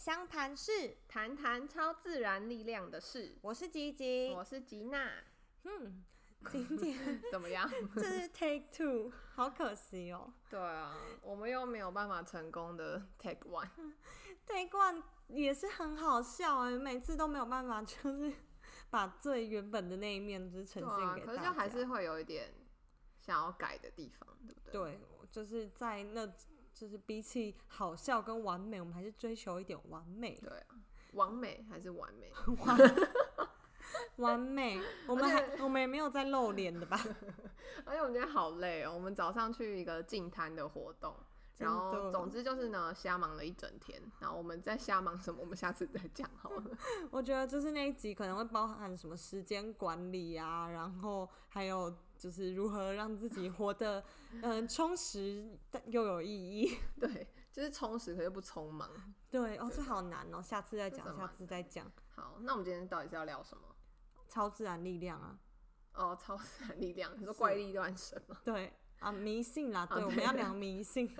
相谈室，谈谈超自然力量的事。我是吉吉。我是吉娜，嗯，今天怎么样？这是 Take Two，好可惜哦。 对啊，我们又没有办法成功的 take one， Take One 也是很好笑哎，每次都没有办法，就是把最原本的那一面就是呈对现啊，给大家。可是就还是会有一点想要改的地方，对不对？对，就是在那，就是比起好笑跟完美，我们还是追求一点完美。对啊，完美还是完美？ 完美，我们还我们也没有在露脸的吧？而且我们今天好累哦，我们早上去一个净滩的活动。真然的后，总之就是呢，瞎忙了一整天。然后我们在瞎忙什么，我们下次再讲好 了。我觉得就是那一集可能会包含什么时间管理啊，然后还有就是如何让自己活得嗯充实但又有意义。 对，就是充实，可是不匆忙。对哦，这好难哦，下次再这讲，怎么下次再讲。好，那我们今天到底是要聊什么？超自然力量啊，哦，超自然力量，你说是怪力乱神 吗？对啊，迷信啦，对，哦对我们要聊迷信。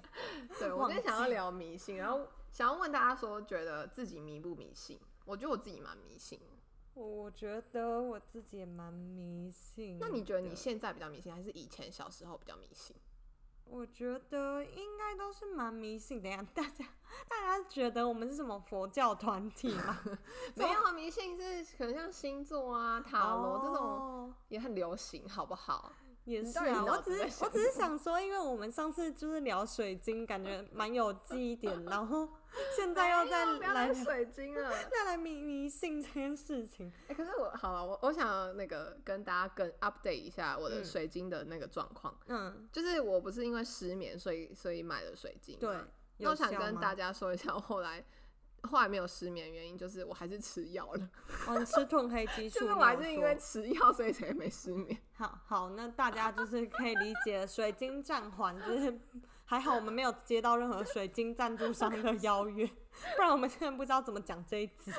对，我忘今天想要记聊迷信，然后想要问大家说，觉得自己迷不迷信？我觉得我自己蛮迷信的。 我觉得我自己也蛮迷信。那你觉嗯得你现在比较迷信，还是以前小时候比较迷信？我觉得应该都是蛮迷信的呀。 大家大家觉得我们是什么佛教团体吗？ 没有啊，迷信是可能像星座啊、塔罗、这种哦也很流行，好不好？也你是到底啊，脑我子只在是我想只是想说，因为我们上次就是聊水晶，感觉蛮有记忆点，然后现在又再哎呦不要来再水晶了。再来迷迷信这件事情，哎、可是我好了，我我想那个跟大家跟 update 一下我的水晶的那个状况。嗯，就是我不是因为失眠，所以所以买了水晶嘛。对，那有我想效跟吗大家说一下，我后来后来没有失眠，原因就是我还是吃药了，哦，你吃褪黑激素， 就是你我还有是因说为吃药，所以才没失眠。好好，那大家就是可以理解水晶暂缓，就是 还好我们没有接到任何水晶赞助商的邀约， 不然我们现在不知道怎么讲这一集。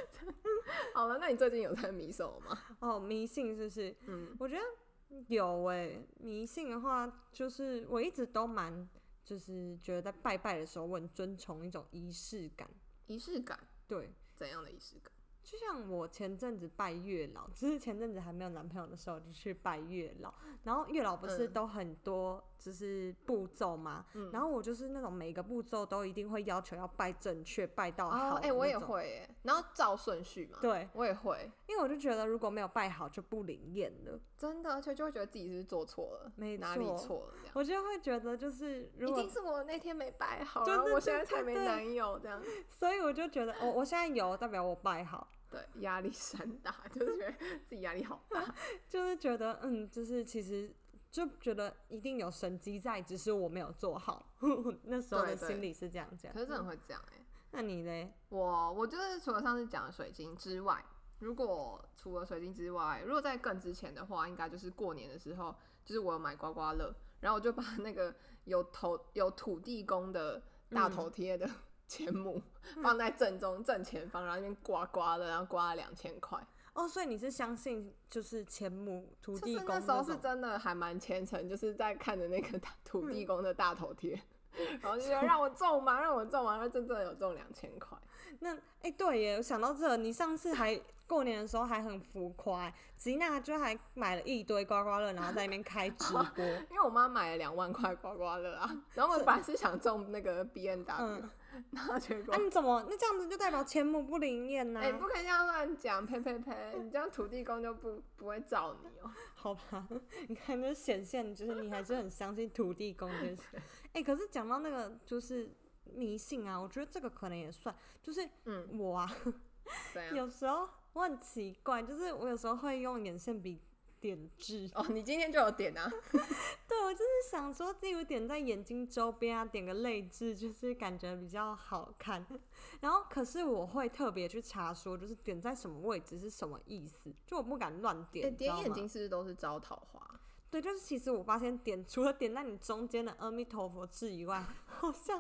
好了，那你最近有在迷什么吗？哦，迷信是不是？嗯，我觉得有诶、迷信的话，就是我一直都蛮，就是觉得在拜拜的时候，我很遵从一种仪式感。仪式感，对，怎样的仪式感？就像我前阵子拜月老，就是前阵子还没有男朋友的时候，就去拜月老。然后月老不是嗯都很多就是步骤吗？然后我就是那种每个步骤都一定会要求要拜正确，拜到好。哦，哎、我也。会耶、然后照顺序嘛。，对，我也会，因为我就觉得如果没有拜好就不灵验了，真的，而且就会觉得自己是不是做错了，没哪里错错了这样。我就会觉得就是如一果定是我那天没摆好，对然后对我对现在对才没对男友这样。所以我就觉得，哦我、我现在有代表我拜好，对，压力山大， 就是觉得自己压力好大。就是觉得嗯，就是其实就觉得一定有神机在，只是我没有做好。 那时候的对对心理是这样讲可。是真的会这样哎、那你嘞？我我就是除了上次讲的水晶之外，如果除了水晶之外，如果在更之前的话，应该就是过年的时候，就是我有买刮刮乐，然后我就把 那个有头有土地公的大头嗯贴的 钱母、放在正中正前方，然后那边刮刮乐，然后刮了两千块。哦，所以你是相信就是前母土就地是公那时候是种真的还蛮虔诚，就是在看着那个大土嗯地公的大头贴。 然后就觉得让我中嘛，让我中嘛，然后真正有中两千块。那哎、对耶，我想到这，你上次还过年的时候还很浮夸耶，吉娜就还买了一堆刮刮乐，然后在那边开直 播。因为我妈买了两万块刮刮乐啊，然后我本来是想中那个 B N W，、然后结果啊那、你怎么？那这样子就代表前母不灵验呐、哎、你不可以这样乱讲，呸呸呸！你这样土地公就不不会罩你哦、好吧， 你看这显现，就是你还是很相信土地公这件事。哎、可是讲到那个就是迷信啊，我觉得这个可能也算，就是嗯，我啊，怎样？有时候我很奇怪，就是我有时候会用眼线笔点痣，哦，你今天就有点啊，对我就是想说，例如点在眼睛周边啊，点个泪痣，就是感觉比较好看。然后可是我会特别去查说，就是点在什么位置是什么意思，就我不敢乱点，哎你知道点吗眼睛是不是都是招桃花？对，就是其实我发现点除了点在你中间的阿弥陀佛字以外，好像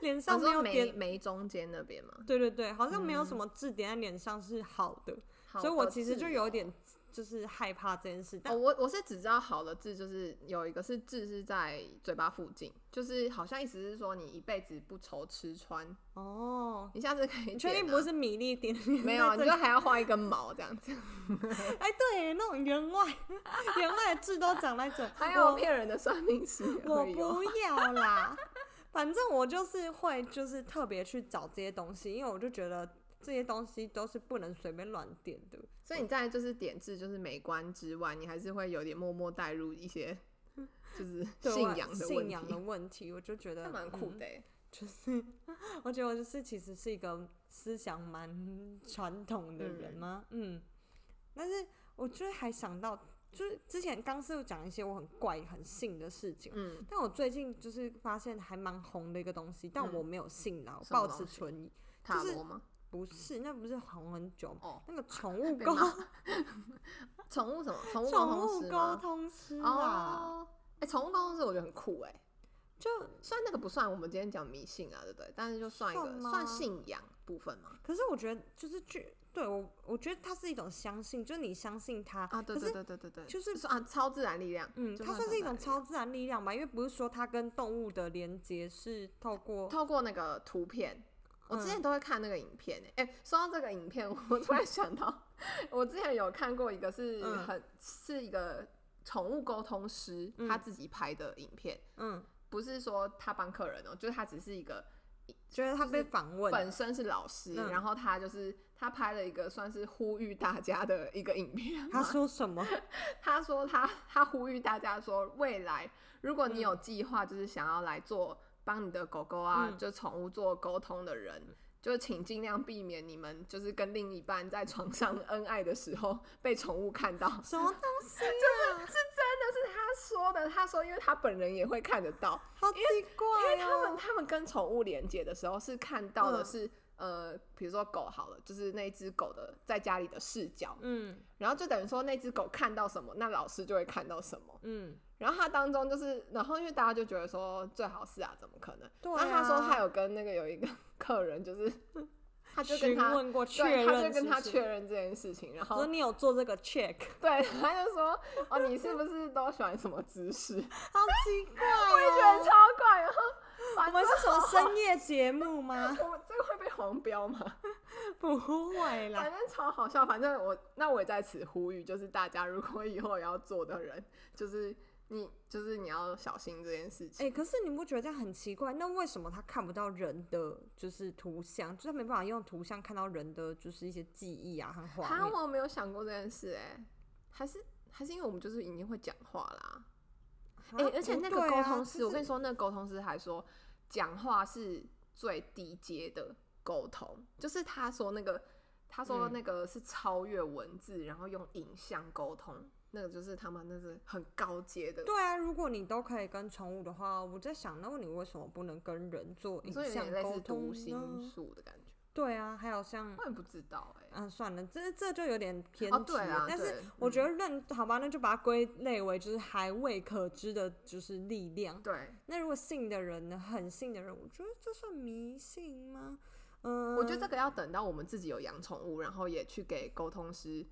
脸上想没说有眉点。眉中间那边吗？对对对，好像没有什么字点在脸上是好的，嗯好所以我的其实字就有哦点就是害怕这件事，但哦，我我是只知道好的痣，就是有一个是痣是在嘴巴附近，就是好像意思是说你一辈子不愁吃穿，哦，你下次可以、你确定不？是米粒点？啊没有，啊在你这就还要画一根毛这样子，哎，对，那种员外员外的痣都长在这，还有我骗人的算命师也我会有。不要啦，反正我就是会就是特别去找这些东西，因为我就觉得这些东西都是不能随便乱点的。所以你在就是点痣，就是美观之外，你还是会有点默默带入一些就是对信外仰的问信仰题的，问题，我就觉得这蛮酷嗯的欸。就是，我觉得我就是其实是一个思想蛮传统的人嗯吗？嗯但是我就是还想到，就是之前刚是有讲一些我很怪、很信的事情，嗯，但我最近就是发现还蛮红的一个东西，但嗯我没有信啦，我什抱么持东西存疑。塔就是罗吗？不是，那不是红很久吗？哦那个宠物 被沟骂宠物什么？宠物宠沟通物师沟吗？通师啊，哦，哎，宠物沟通师我觉得很酷哎。就虽然那个不算我们今天讲迷信啊，对不对？但是就算一算个吗算信仰部分嘛。可是我觉得就是去对我，我觉得它是一种相信，就是你相信它啊，对可对是对对对对，就是说啊，超自然力量，嗯，就它算是一种超超自然力自然力量吧，因为不是说它跟动物的连接是透过量，透过那个图片。我嗯之前都会看那个影片诶、欸说到这个影片， 我突然想到， 我之前有看过一个是嗯很、是一个宠物沟通师嗯他自己拍的影片，嗯，不是说他帮客人哦、就是他只是一个觉得它就被是访问，本身是老师，嗯然后他就是他拍了一个算是呼吁大家的一个影片嘛。他说什么？他说他他呼吁大家说，未来如果你有计划，就是想要来做帮你的狗狗啊，嗯就宠物做沟通的人，就请尽量避免你们就是跟另一半在床上恩爱的时候被宠物看 到。什么东西？但是他说的，他说因为他本人也会看得到，好奇因为怪他哦！们他们跟宠物连接的时候是看到的嗯是。呃，比如说狗好了，就是那只狗的在家里的视角，嗯然后就等于说那只狗看到什么，那老师就会看到什么。嗯，然后他当中就是，然后因为大家就觉得说最好是啊，怎么可能？对啊但他说他有跟那个有一个客人，就是 他就跟询他问过确对，认，他就跟他是不是确认这件事情，然说后你有做这个 check，对他就说哦，你是不是都喜欢什么 姿势？好奇怪我也觉哦！得超怪，然后我反们正是什啊么深夜节目吗？ 我们这个会被黄标吗？不会啦反，正超好笑，反正我那我也在此呼吁，就是大家如果以后也要做的人，就是你就是你要小心这件事情。哎、可是你不觉得这样很奇怪？那为什么他看不到人的就是图像，就是他没办法用图像看到人的就是一些记忆啊和画哈，面？我没有想过这件事、哎，还是还是因为我们就是已经会讲话啦。哎、啊而且不那个对沟啊通就师，我是跟你说，那个沟通师还说，讲话是最低阶的沟通，就是他说那个，他说嗯那个是超越文字，然后用影像沟通，那个就是他们那是很高阶的。对啊，如果你都可以跟宠物的话，我在想，那你为什么不能跟人做你影说有点像类沟似读通心呢？术的感觉，对啊，还有像我也不知道哎、嗯、算了，这这就有点偏哦，题对了啊，但是对我觉嗯得认、好吧，那就把它归类为就是还未可知的，就是力量。嗯对，那如果信的人呢，很信的人，我觉得这算迷信吗？嗯，我觉得这个要等到我们自己有养宠物，然后也去给沟通师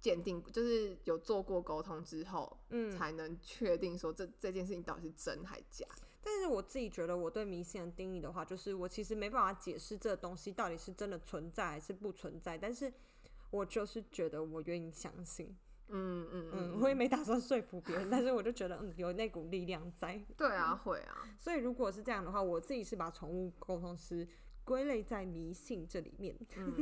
鉴定，就是有做过沟通之后，嗯，才能确定说这这件事情到底是真还假。但是我自己觉得我对迷信的定义的话，就是我其实没办法解释这个东西到底是真的存在还是不存在，但是我就是觉得我愿意相信。嗯嗯嗯，我也没打算说服别人，但是我就觉得嗯有那股力量在。对啊，会啊，所以如果是这样的话，我自己是把宠物沟通师归类在迷信这里面。嗯，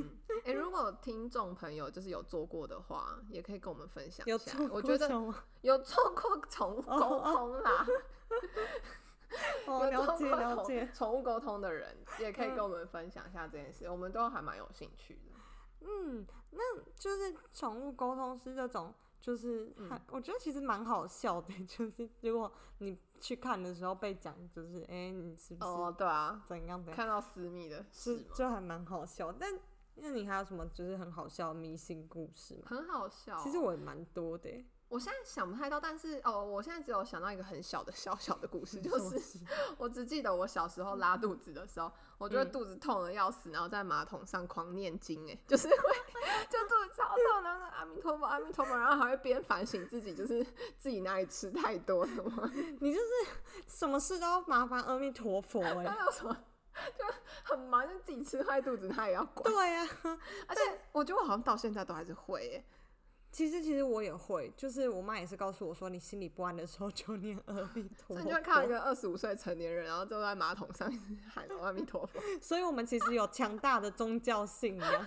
哎、如果听众朋友就是有做过的话，也可以跟我们分享有一下做。过我觉得什么？有做过宠物沟通啦，哦，有了做解过了解 宠。宠物沟通的人，也可以跟我们分享一下这件事，我们都还蛮有兴趣的。嗯，那就是宠物沟通师这种，就是嗯还、我觉得其实蛮好笑的， 就是如果你去看的时候被讲，就是哎、诶你是不哦，是对啊，怎样怎样，看到私密的事是吗？就还蛮好笑。但那你还有什么就是很好笑的迷信故事吗？很好笑哦、其实我也蛮多的耶，欸我现在想不太到，但是哦，我现在只有想到一个很小的小小的故事，就 什么是事 嗯我只记得我小时候拉肚子的时候，我觉得肚子痛的要死，然后在马桶上狂念经，哎， 就是会就肚子超痛，然后说阿弥陀佛，阿弥陀佛，然后还会边反省自己，就是 自己哪里吃太多什 么，你就是 什么事都要麻烦阿弥陀佛哎、 还有什么。就很忙，就自己吃坏肚子，他也要管。对啊呀、而且我觉得我好像到现在都还是会欸耶，其实其实我也会，就是我妈也是告诉我说，你心里不安的时候就念阿弥陀佛。所以你就会看到一个二十五岁成年人，然后坐在马桶上一直喊阿弥陀佛。所以我们其实有强大的宗教信 仰。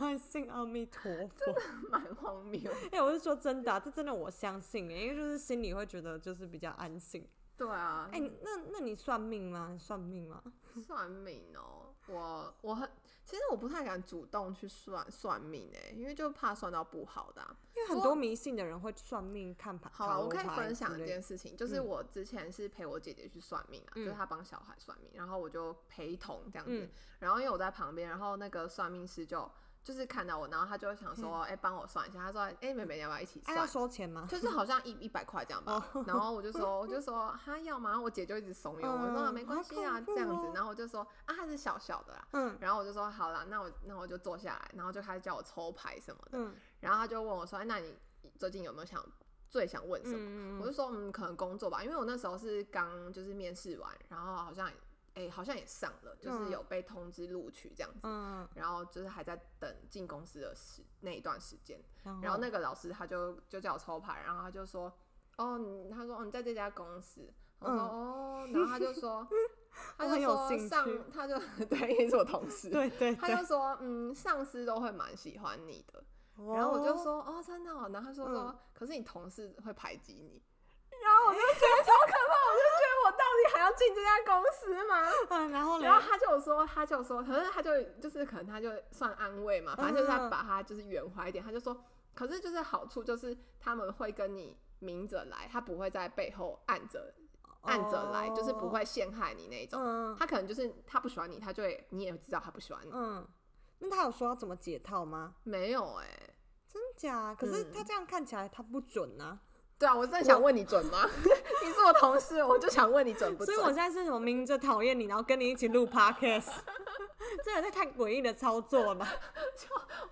我们信阿弥陀佛， 蛮荒谬。哎、我是说真的啊、这真的我相信、欸，因为就是心里会觉得就是比较安心。对啊，哎、那那你算命吗？你算命吗？算命哦、我我很其实我不太敢主动去算算命哎、因为就怕算到不好的啊、因为很多迷信的人会算命看盘。好塔啊，罗我可以牌分之享一类件的。事情，就是嗯我之前是陪我姐姐去算命啊，嗯就是她帮小孩算命，然后我就陪同这样子。嗯然后因为我在旁边，然后那个算命师就就是看到我，然后他就想说，哎、帮我算一下。他说，哎、妹妹你要不要一起嗯哎、算？要收钱吗？就是好像一一百块这样吧。哦然后我就说，我就说哈要吗？我姐就一直怂恿我，嗯说、啊、没关好系啊恐怖这样子哦。然后我就说啊，它是小小的啦。嗯然后我就说好啦，那我那我就坐下来，然后就开始叫我抽牌什么的。嗯然后他就问我说，哎那你最近有没有想最想问什么？嗯嗯我就说嗯，可能工作吧，因为我那时候是刚就是面试完，然后好像哎、好像也上了，就是嗯有被通知录取这样子。嗯，然后就是还在等进公司的时那一段时间，嗯然后那个老师他就就叫我抽牌，然后他就说，哦，你他说、哦、你在这家公司，我嗯说、哦，然后他就 说，他我就很有说兴上，趣他就 对，因为是我同事，对对他对，就说，嗯，上司都会蛮喜欢你的，然后我就说，哦，真的、哦，然后他说说，可是你同事会排挤你。然后我就觉得超可怕，我就觉得我到底还要进这家公司吗？哦， 嗯，然后嘞然后他就说，他就说，可是他就就是可能他就算安慰嘛，反正就是他嗯把他就是圆滑一点，他就说，可是就是好处就是他们会跟你明着来，他不会在背后暗着暗着来，就是不会陷害你那一种。哦嗯他可能就是他不喜欢你，他就会你也知道他不喜欢你。嗯，那他有说要怎么解套吗？没有哎、真假？啊可是嗯他这样看起来他不准呐、对啊，我真的想问你准吗？ 你是我同事，我就想问你准不所准？以我现在是什么明着讨厌你，然后跟你一起 录 podcast，这也是太诡异的操作了吧？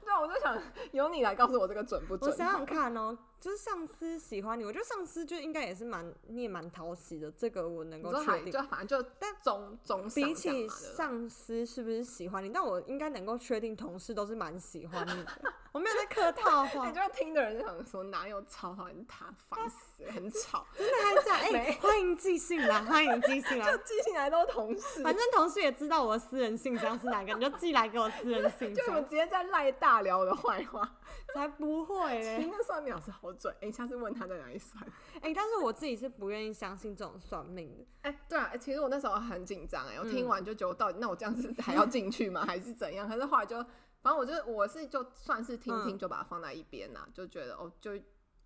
对啊，我就想由你来告诉我这个准不我准。想想看哦，就是上司喜欢你，我觉得上司就应该也是蛮你也蛮讨喜的，这个我能你够说确还定。就反正就但总总比赏这样起嘛对不对上司是不是喜欢你，但我应该能够确定同事都是蛮喜欢你的， 我没有在客套 话哎你，就听的人就想说哪有吵好你他烦死了，很 吵，真的还假？哎、没欢迎寄信啦，欢迎寄 信啦，寄信来都是同事，反正同事也知道我的私人信箱是哪个，你就寄来给我私人信就你们箱。直接在赖大聊我的 坏话。才不会其嘞、实那算命老师好准，哎、下次问他在哪里算。哎、但是我自己是不愿意相信这种算命的。 哎、对啊，诶其实我那时候很紧张哎，我听嗯完就觉得我到底那我这样子还要进去 吗，还是怎样？可是后来就，反正我就我是就算是听听，嗯就把它放在一边啦，就觉得哦，就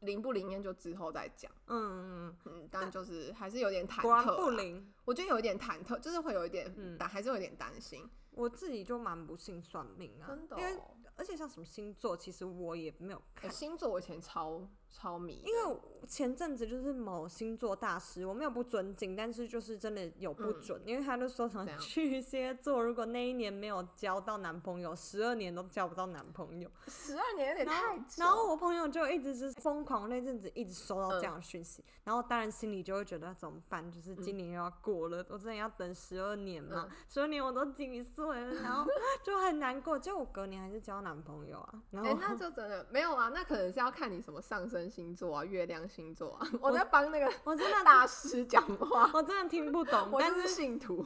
灵不灵验就之后再讲。嗯，嗯嗯，但就是还是有点忐嗯，忑果然啦，不灵。我觉得有一点忐忑，就是会有一点嗯担，还是有一点担心，我自己就蛮不信算命啊，真的哦、因为而且像什么星座，其实我也没有欸看。星座我以前超超迷的，因为我前阵子就是某星座大师，我没有不尊敬，但是就是真的有不准，因为他就说什么嗯怎样巨蟹座，如果那一年没有交到男朋友，十二年都交不到男朋友。十二年有点然后太久。然后我朋友就一直就是疯狂那阵子一直收到这嗯样的讯息，然后当然心里就会觉得怎么办？就是嗯今年又要过了，我真的要等十二年嘛？十二、年我都几岁了，然 后就很难过。结果我隔年还是交男朋友啊，然哎、后、那就真的没有啊，那可能是要看你什么上升星座啊、月亮星座啊。 我在帮那个我真的大师讲话， 我真的听不懂， 我但就是是信徒。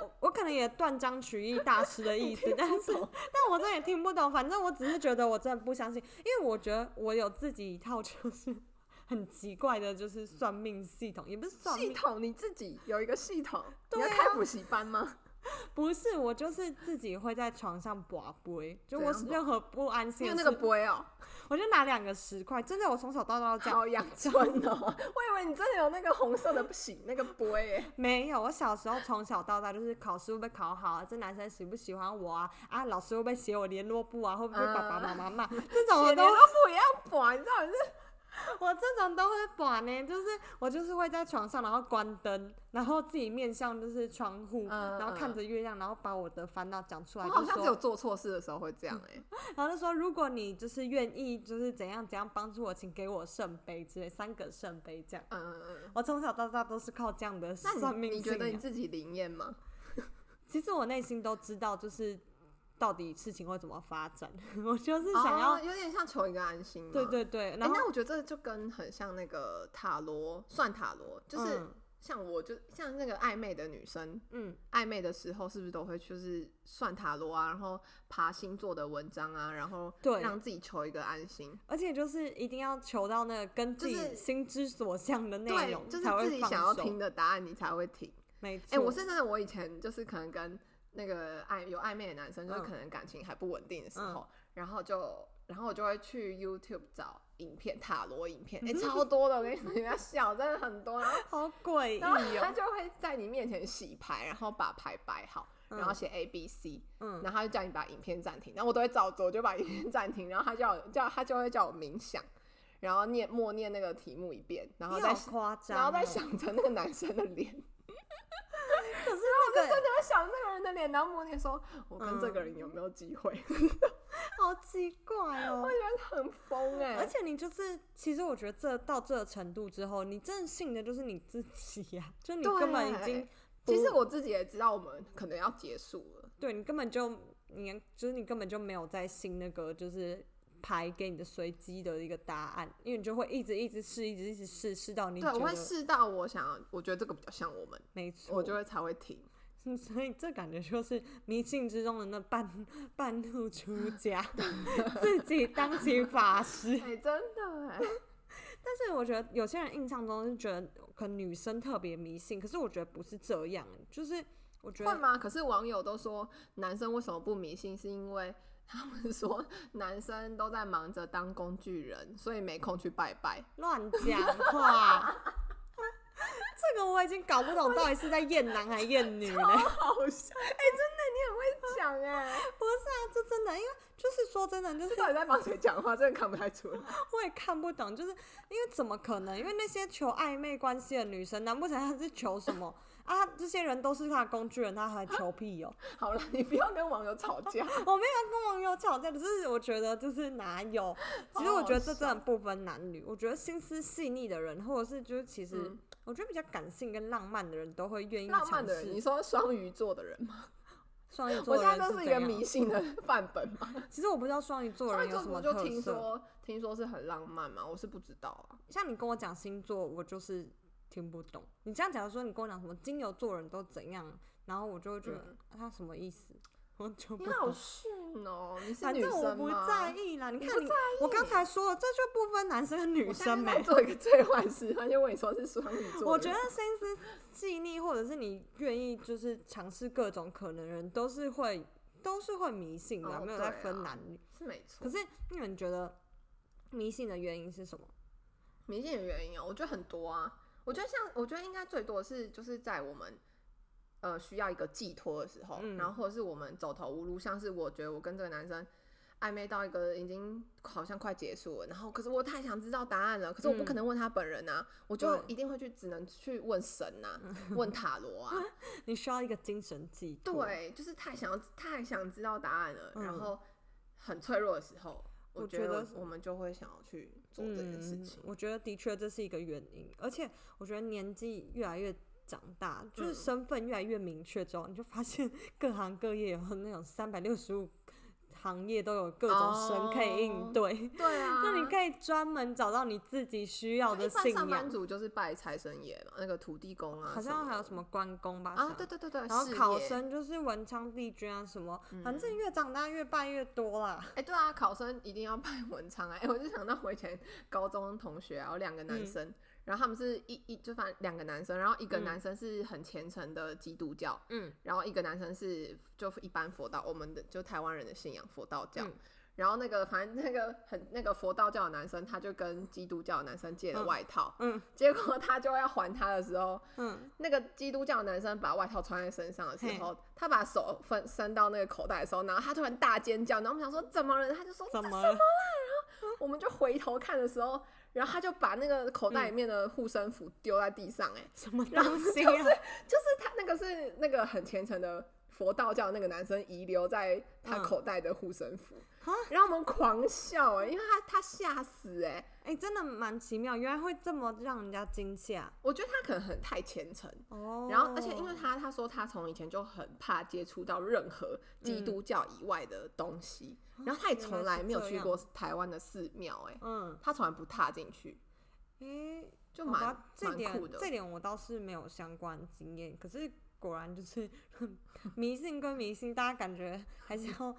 我我可能也断章取义大师 的意思，但是但我真的也听不懂。反正我只是觉得我真的不相信，因为我觉得我有自己一套就是 很奇怪的，就是算命系统，也不是算系命。统你自己有一个系统，对你要啊开补习班吗？不是，我就是自己会在床上拔杯，就怎我样任何不安心因的事，为那个 boy 哦、我就拿两个十块。真的，我从小到大都 这样。好养尊哦、 我以为你真的有那个红色的不行，那个 boy 哎、没有，我小时候从小到大就是考试会不会考好啊，这男生喜不喜欢我啊，啊，老 师会不会写我联络簿啊，会不会被爸爸妈妈骂，这种欸，我你都都不一样管，你知道你是我这种都会把呢，就是我就是会在床上，然后关灯，然后自己面向就是窗户，嗯然后看嗯着月亮，然后把我的烦恼讲出来，我就好像只说，有做错事的时候会这样哎、然后就说如果你就是愿意，就是怎样怎样帮助我，请给我圣杯之类，三个圣杯这样。嗯嗯嗯。我从小到大都是靠这样的那算你命你觉得信你仰自己灵验吗？其实我内心都知道，就是到底事情会怎么发展， 我就是哦想要，有点像求一个安心嘛。对对对，哎、然后、那我觉得这就跟很像那个塔罗算塔罗，就是嗯像我就像那个暧昧的女生，嗯暧昧的时候是不是都会就是算塔罗啊，然后爬星座的文章啊，然后对让自己求一个安心。而且就是一定要求到那个跟自就是己心之所向的内对容，，就是才会自己放想要手听。的答案，你才会听。没错，哎、我是真的，我以前就是可能跟那个暧有暧昧的男生，就是嗯可能感情还不稳定的时嗯候，然后就然后我就会去 YouTube 找影片，塔罗 影片，哎、超多的，我跟你说，你不要笑，真的很多。然后好诡然后异他哦。就会在你面前洗牌，然后把牌摆好，然后写 A B C，嗯，然后他就叫你把影片暂停，然后我都会照做，我就把影片暂停，然后他叫我叫他就会叫我冥想，然后念默念那个题目一遍，然后你再好夸张、哦然后再，想着那个男生的脸，可是那个真的会想那个人的脸，然后默念说：“我跟这个人有没有机会？” 好奇怪哦我。觉得很疯哎、而且你就是，其实我觉得这到这个程度之后，你真的信的就是你自己呀、就你根本已经不，对其实我自己也知道我们可能要结束了，对你根本就你就是你根本就没有在信那个就是牌给你的随机的一个答案，因为你就会一直一直试，一直一直试，试到你对觉我会得试到我想要，我觉得这个比较像我们，没错，我就会才会 停。嗯 所以这感觉就是迷信之中的那半半路出 家，自己当起法师哎、。真的哎、但是我觉得有些人印象中是觉得可能女生特别迷信，可是我觉得不是这样，就是我觉会得吗？可是网友都说男生为什么不迷信，是因为他们说 男生都在忙着当工具人，所以没空去拜拜。乱讲话。 这个我已经搞不懂，到底是在厌男还厌女了？好笑哎、真的你很会讲哎、 不是啊，这真的，因为就是说真的，就是 这到底在帮谁讲话？真的看不太出来。我也看不懂，就是因为怎么可能？因为那些求暧昧关系的女生，难不成她是求什么啊？这些人都是她的工具人，她还求屁哦、好了，你不要跟网友吵 架。我没有跟网友吵架，只是我觉得就是哪有？其实我觉得这真的不分男女，我觉得心思细腻的人，或者是就是其实、嗯我觉得比较感性跟浪漫的人都会愿意浪漫尝的人，你试。说双鱼座的人吗？双鱼我座现的在人都是是怎一个样迷信的 范本嘛。其实我不知道双鱼座的双鱼人有座什不么就特听色。说听说是很浪漫嘛？我是不知道啊。像你跟我讲星座，我就是听不懂。你这样假如说你跟我讲什么金牛座人都怎样，然后我就会觉得、嗯啊他什么意思， 我就不你好懂。逊哦，你是反女正我生不吗？在意啦，你你看不你在，我刚才说了，这就不分男生和女我生现在没在。做一个最坏事，他就问你说是双鱼座的人。我觉得心思细腻，或者是你愿意就是尝试各种可能的人，都是会都是会迷信的，哦没有对在分啊男女。是没可错。是你们觉得迷信的原因是什么？迷信的原因哦，我觉得很多啊。我觉得像，我觉得应该最多的是就是在我们呃需要一个寄托的时候，嗯然后或者是我们走投无路，像是我觉得我跟这个男生暧昧到一个已经好像快结束了，然后可是我太想知道答案了，可是我不可能问他本人啊，我嗯就对嗯一定会去只能去问神呐、问塔 罗啊，你需要一个精神寄托。对，就是太想要太想知道答案了，嗯然后很脆弱的时候，我我觉觉得得我们就会想要去做这件事情。嗯。我觉得的确这是一个原因，而且我觉得年纪越来越长大，就是嗯身份越来越明确之后，你就发现各行各业有那种三百六十五行业都有各种神可以哦应对。对啊，那你可以专门找到你自己需要的一般信上班仰，族就是拜财神爷嘛，那个土地公啊，好像还有么什么关公吧？啊，是对吗对对对，然后事业考，生就是文昌帝君啊，什么，反嗯正越长大越拜越多啦。哎、对啊，考生一定要拜文昌啊，哎、我就想到我以前高中同学啊，有两个男生。然后他们是一一就反正两个男生，然后一个嗯男生是很虔诚的基督教，嗯，然后一个男生是就一般佛道，我们的就台湾人的信仰佛道教。嗯然后那个反正那个很那个佛道教的男生，他就跟基督教的男生借了嗯外套，嗯结果他就要还他的时候， 嗯，那个基督教的男生把外套穿在身上的时嘿候，他把手分伸到那个口袋的时候，然后他突然大尖叫，然后我们想说怎么了？他就说怎这么了？我们就回头看的时候，然后他就把那个口袋里面的护身符丢在地上、哎、什么然后嗯东西就啊？是就是他那个是那个很虔诚的佛道教那个男生遗留在他嗯口袋的护身符，哈然后我们狂笑哎、因为他他吓死哎、哎、真的蛮奇妙，原来会这么让人家惊吓我觉得他可能很太虔诚。哦。然后，而且因为他他说他从以前就很怕接触到任何基嗯督教以外的东西，哦然后他也从来没有去过台湾的寺庙、哎，嗯，他从来不踏进去，诶、就好蛮吧，这蛮酷点的。这点我倒是没有相关经验，可是果然就是 迷信跟迷信，大家感觉还是要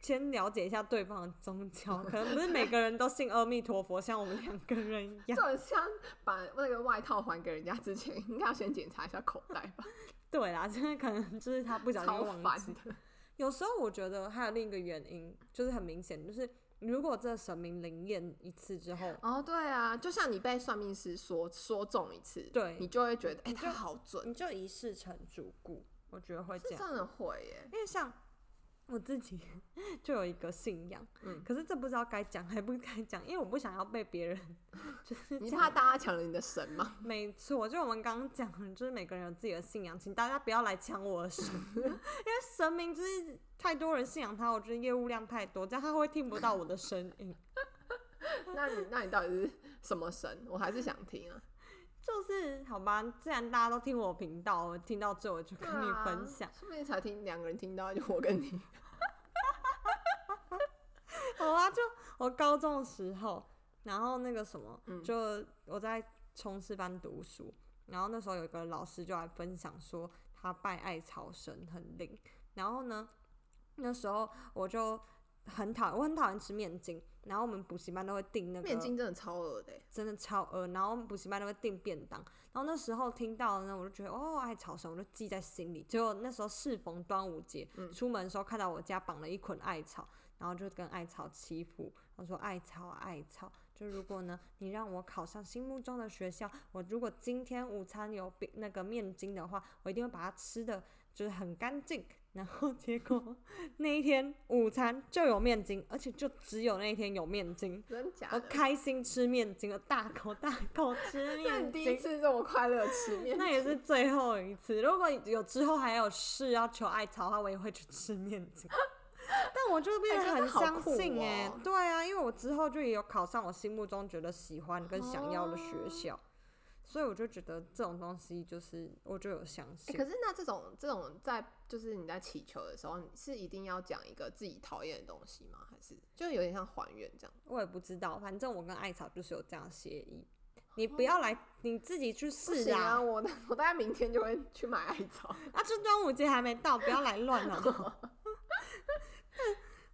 先了解一下对方的宗教，可能不是每个人都信阿弥陀佛，像我们两个人一就样。 很像把那个外套还给人家之前，应该要先检查一下口袋吧，对啦，就是可能就是他不小超心忘烦记。的。有时候我觉得还有另一个原因，就是很明显，就是如果这神明灵验一次之后，哦，对啊，就像你被算命师说说中一次，对你就会觉得，哎、你就他好准，你就一世成主顾，我觉得会这是样。真的会欸耶。因为像我自己 就有一个信仰，嗯可是这不知道该讲还不该讲，因为我不想要被别人 就是你讲怕大家抢了你的神吗？ 没错，就我们刚刚讲的，就是每个人有自己的信仰，请大家不要来抢我的神， 因为神明就是太多人信仰他，我觉得业务量太多，这样他会听不到我的声音。 那你那你到底是什么神？我还是想听啊。就是好吧，既然大家都听我频道，我听到这我就跟你分享。说不定啊才听两个人听到，就我跟 你。好啊，就我高中的时候，然后那个什么，嗯就我在冲刺班读书，然后那时候有一个老师就来分享说他拜艾草神很灵，然后呢，那时候我就很讨我很讨厌吃面筋，然后我们补习班都会订那个面筋真的超恶的欸、真的超饿，然后补习班都会订便当，然后那时候听到呢，我就觉得哦，爱草绳，我就记在心里。结果那时候适逢端午节，嗯出门的时候看到我家绑了一捆艾草，然后就跟艾草祈福，我说艾草啊艾草，就如果呢你让我考上心目中的学校，我如果今天午餐有饼那个面筋的话，我一定会把它吃的就是很干净。然后结果那一天午餐就有面筋，而且就只有那一天有面筋。真假我的？开心吃面筋，我大口大口吃那你面第一筋，次这么快乐吃 面，那也是最后一次。如果有之后还有事要求艾草的话，我也会去吃面筋。 但我就变哎得可是很好相酷信哎、哦对啊，因为我之后就也有考上我心目中觉得喜欢跟想要的哦学校，所以我就觉得这种东西就是我就有相欸信。可是那这种这种在就是你在祈求的时候，你是一定要讲一个自己讨厌的东西吗？还是就有点像还原这样？我也不知道，反正我跟艾草就是有这样的协议，你不要来，你自己去不试行哦啊啊，。我 我大概明天就会去买 艾草。啊，这端午节还没到，不要来乱好不 好？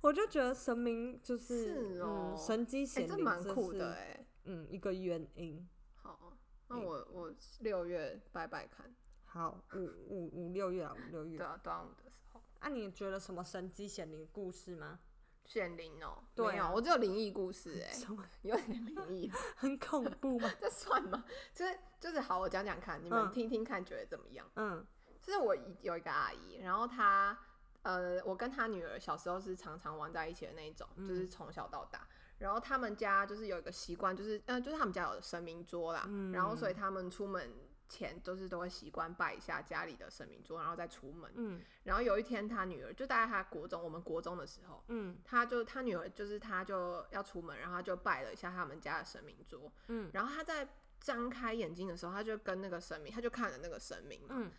我就觉得神明就是是哦嗯，神机哎、显这灵，蛮酷是的哎、嗯一个原因。好，那我我六月拜拜看，好，五五五六月啊，五六月对。啊，端午的时候。啊，你觉得什么神机显灵的故事吗？显灵哦，对啊没有，我只有灵异故事哎、 什么有点灵异，很恐怖吗？ 这算吗？就是就是好，我讲讲看，你们嗯听听看，觉得怎么样？嗯就是我一有一个阿姨，然后她呃，我跟她女儿小时候是常常玩在一起的那一种，嗯就是从小到大。然后他们家就是有一个习惯，就是呃，就是他们家有神明桌啦，嗯然后所以他们出门前都是都会习惯拜一下家里的神明桌，然后再出门。嗯然后有一天，她女儿就大概她国中，我们国中的时候，嗯他就他女儿就是他就要出门，然后他就拜了一下他们家的神明桌，嗯然后他在张开眼睛的时候，他就跟那个神明，他就看了那个神明嘛，嗯，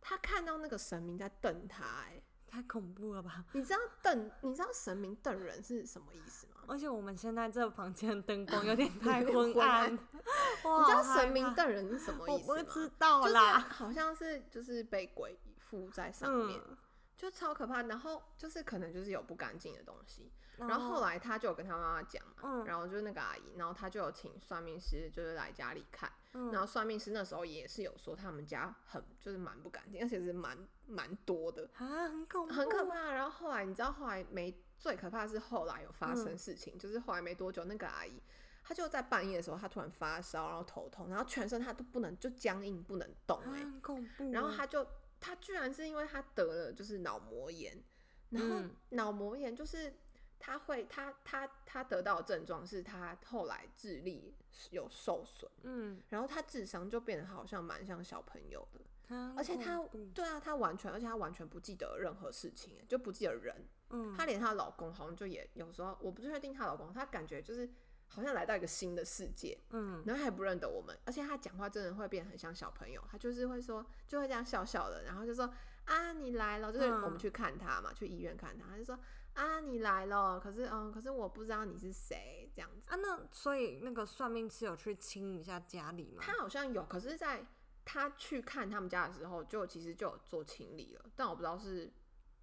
他看到那个神明在瞪他、哎，太恐怖了吧！你知道瞪，你知道神明瞪人是什么意思吗？而且我们现在这房间的灯光有点太有点昏 昏暗，暗你你知道神明瞪人是什么我意思不吗？知道就是啦，好像是就是被鬼附在上面，嗯，就超可怕。然后就是可能就是有不干净的东西，然后后来他就有跟他妈妈讲嘛，哦嗯然后就是那个阿姨，然后他就有请算命师，就是来家里看，嗯然后算命师那时候也是有说他们家很就是蛮不干净，而且是蛮蛮多的，啊，很恐怖，很可怕。然后后来你知道后来没最可怕的是后来有发生嗯事情，就是后来没多久那个阿姨。她就在半夜的时候，她突然发烧，然后头痛，然后全身她都不能，就僵硬不能动、啊欸，很恐怖欸。然后他就他居然是因为他得了就是脑膜炎，然后嗯脑膜炎就是他会他他他得到的症状是他后来智力有受损，嗯，然后他智商就变得好像蛮像小朋友的，很而且他恐怖对啊，他完全而且他完全不记得任何事情，就不记得人，嗯，她连她老公好像就也有时候，我不确定她老公，她感觉就是好像来到一个新的世界，嗯，然后还不认得我们，而且她讲话真的会变得很像小朋友，她就是会说，就会这样笑笑的，然后就说啊你来了，就是嗯我们去看她嘛，去医院看她，她就说啊你来了，可是嗯，可是我不知道你是谁这样子，啊，那所以那个算命师有去清一下家里吗？她好像有，可是在她去看他们家的时候，就其实就有做清理了，但我不知道是。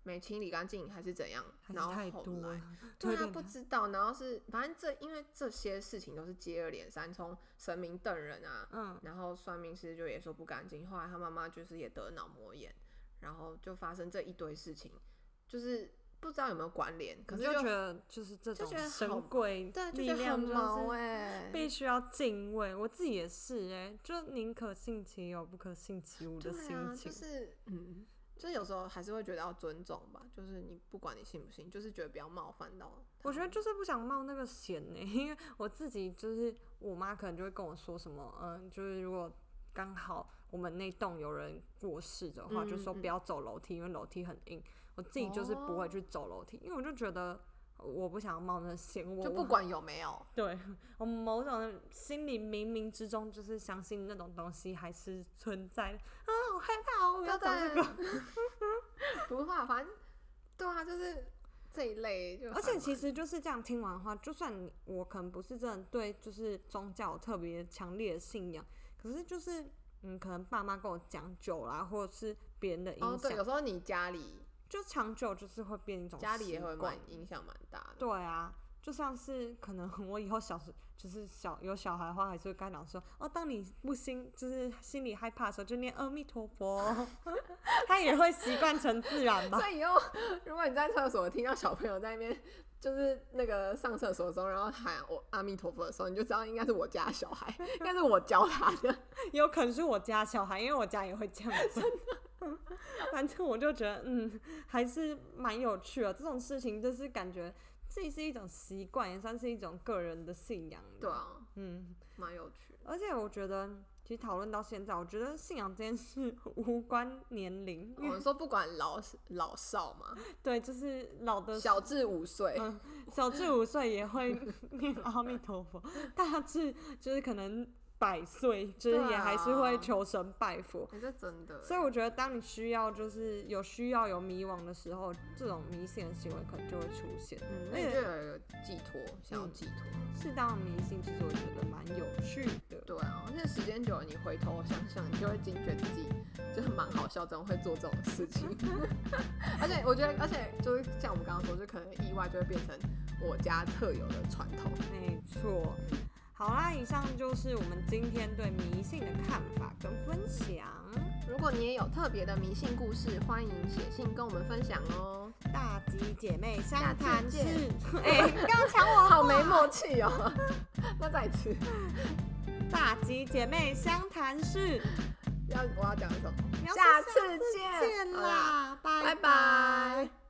没清理干净还是怎样？还是然后太后多来了，对 有啊，点不太知道。然后是，反正这因为这些事情都是接二连三，从神明瞪人啊，嗯然后算命师就也说不干净，后来他妈妈就是也得脑膜炎，然后就发生这一堆事情，就是不知道有没有关联，可我是就觉得就是这就种觉得好神鬼对，就力觉得量很毛就是哎、必须要敬畏。我自己也是哎、就宁可信其有，不可信其无的心对啊，情。就是嗯，就是有时候还是会觉得要尊重吧，就是你不管你信不信，就是觉得不要冒犯到他我觉得们就是不想冒那个险呢、 因为我自己就是我妈可能就会跟我说什么，嗯，就是如果刚好我们那栋有人过世的话，嗯就说嗯哦不要走楼梯，因为楼梯很硬。我自己就是不会去走楼梯，因为我就觉得我不想要冒那个险，我就不我管有没有， 对我某种心里冥冥之中就是相信那种东西还是存在的啊，好害怕哦！我要要走这个。 不怕，反正对啊，就是这一类就还蛮。而且其实就是这样听完的话，就算我可能不是真的对就是宗教有特别强烈的信仰，可是就是嗯，可能爸妈跟我讲久啦，或者是别人的影哦，响，对，有时候你家里就长久就是会变一种家里也习会蛮惯影响蛮大的。对啊，就像是可能我以后小时就是小有小孩的话，还是会跟他讲说，哦，当你不心就是心里害怕的时候，就念阿弥陀佛， 他也会习惯成自然吧。所以以后如果你在厕所听到小朋友在那边就是那个上厕所的时候，然后喊我阿弥陀佛的时候，你就知道应该是我家的小 孩，应该是我教他的。有可能是我家小孩，因为我家也会这样子。 反正我就觉得，嗯，还是蛮有趣的。这种事情就是感觉自己是一种习惯，也算是一种个人的信仰。对，啊，嗯，蛮有趣的。而且我觉得，其实讨论到现在，我觉得信仰这件事无关年龄，我们说不管老老少嘛，对，就是老的小至五岁，嗯小至五岁也会念阿弥陀佛， 大至就是可能百岁，就是对也还是啊会求神拜佛。哎，这真的欸。所以我觉得，当你需要就是有需要有迷惘的时候，这种迷信的行为可能就会出现。嗯，而那你且就有一个寄托，想要嗯寄托。适当的迷信，其实我觉得蛮有趣的。对啊，而且时间久了，你回头想想，你就会惊觉自己就是蛮好笑，真的会做这种事情。 而且我觉得，而且就是像我们刚刚说，就可能意外就会变成我家特有的传统。没错。好啦，以上就是我们今天对迷信的看法跟分享。如果你也有特别的迷信故事，欢迎写信跟我们分享哦。大吉姐妹相次谈室见， 哎，不要抢我好话没默契哦。 那再一次，大吉姐妹相谈室，要我要讲什么？你要说下下次见见好啦，啦拜拜拜。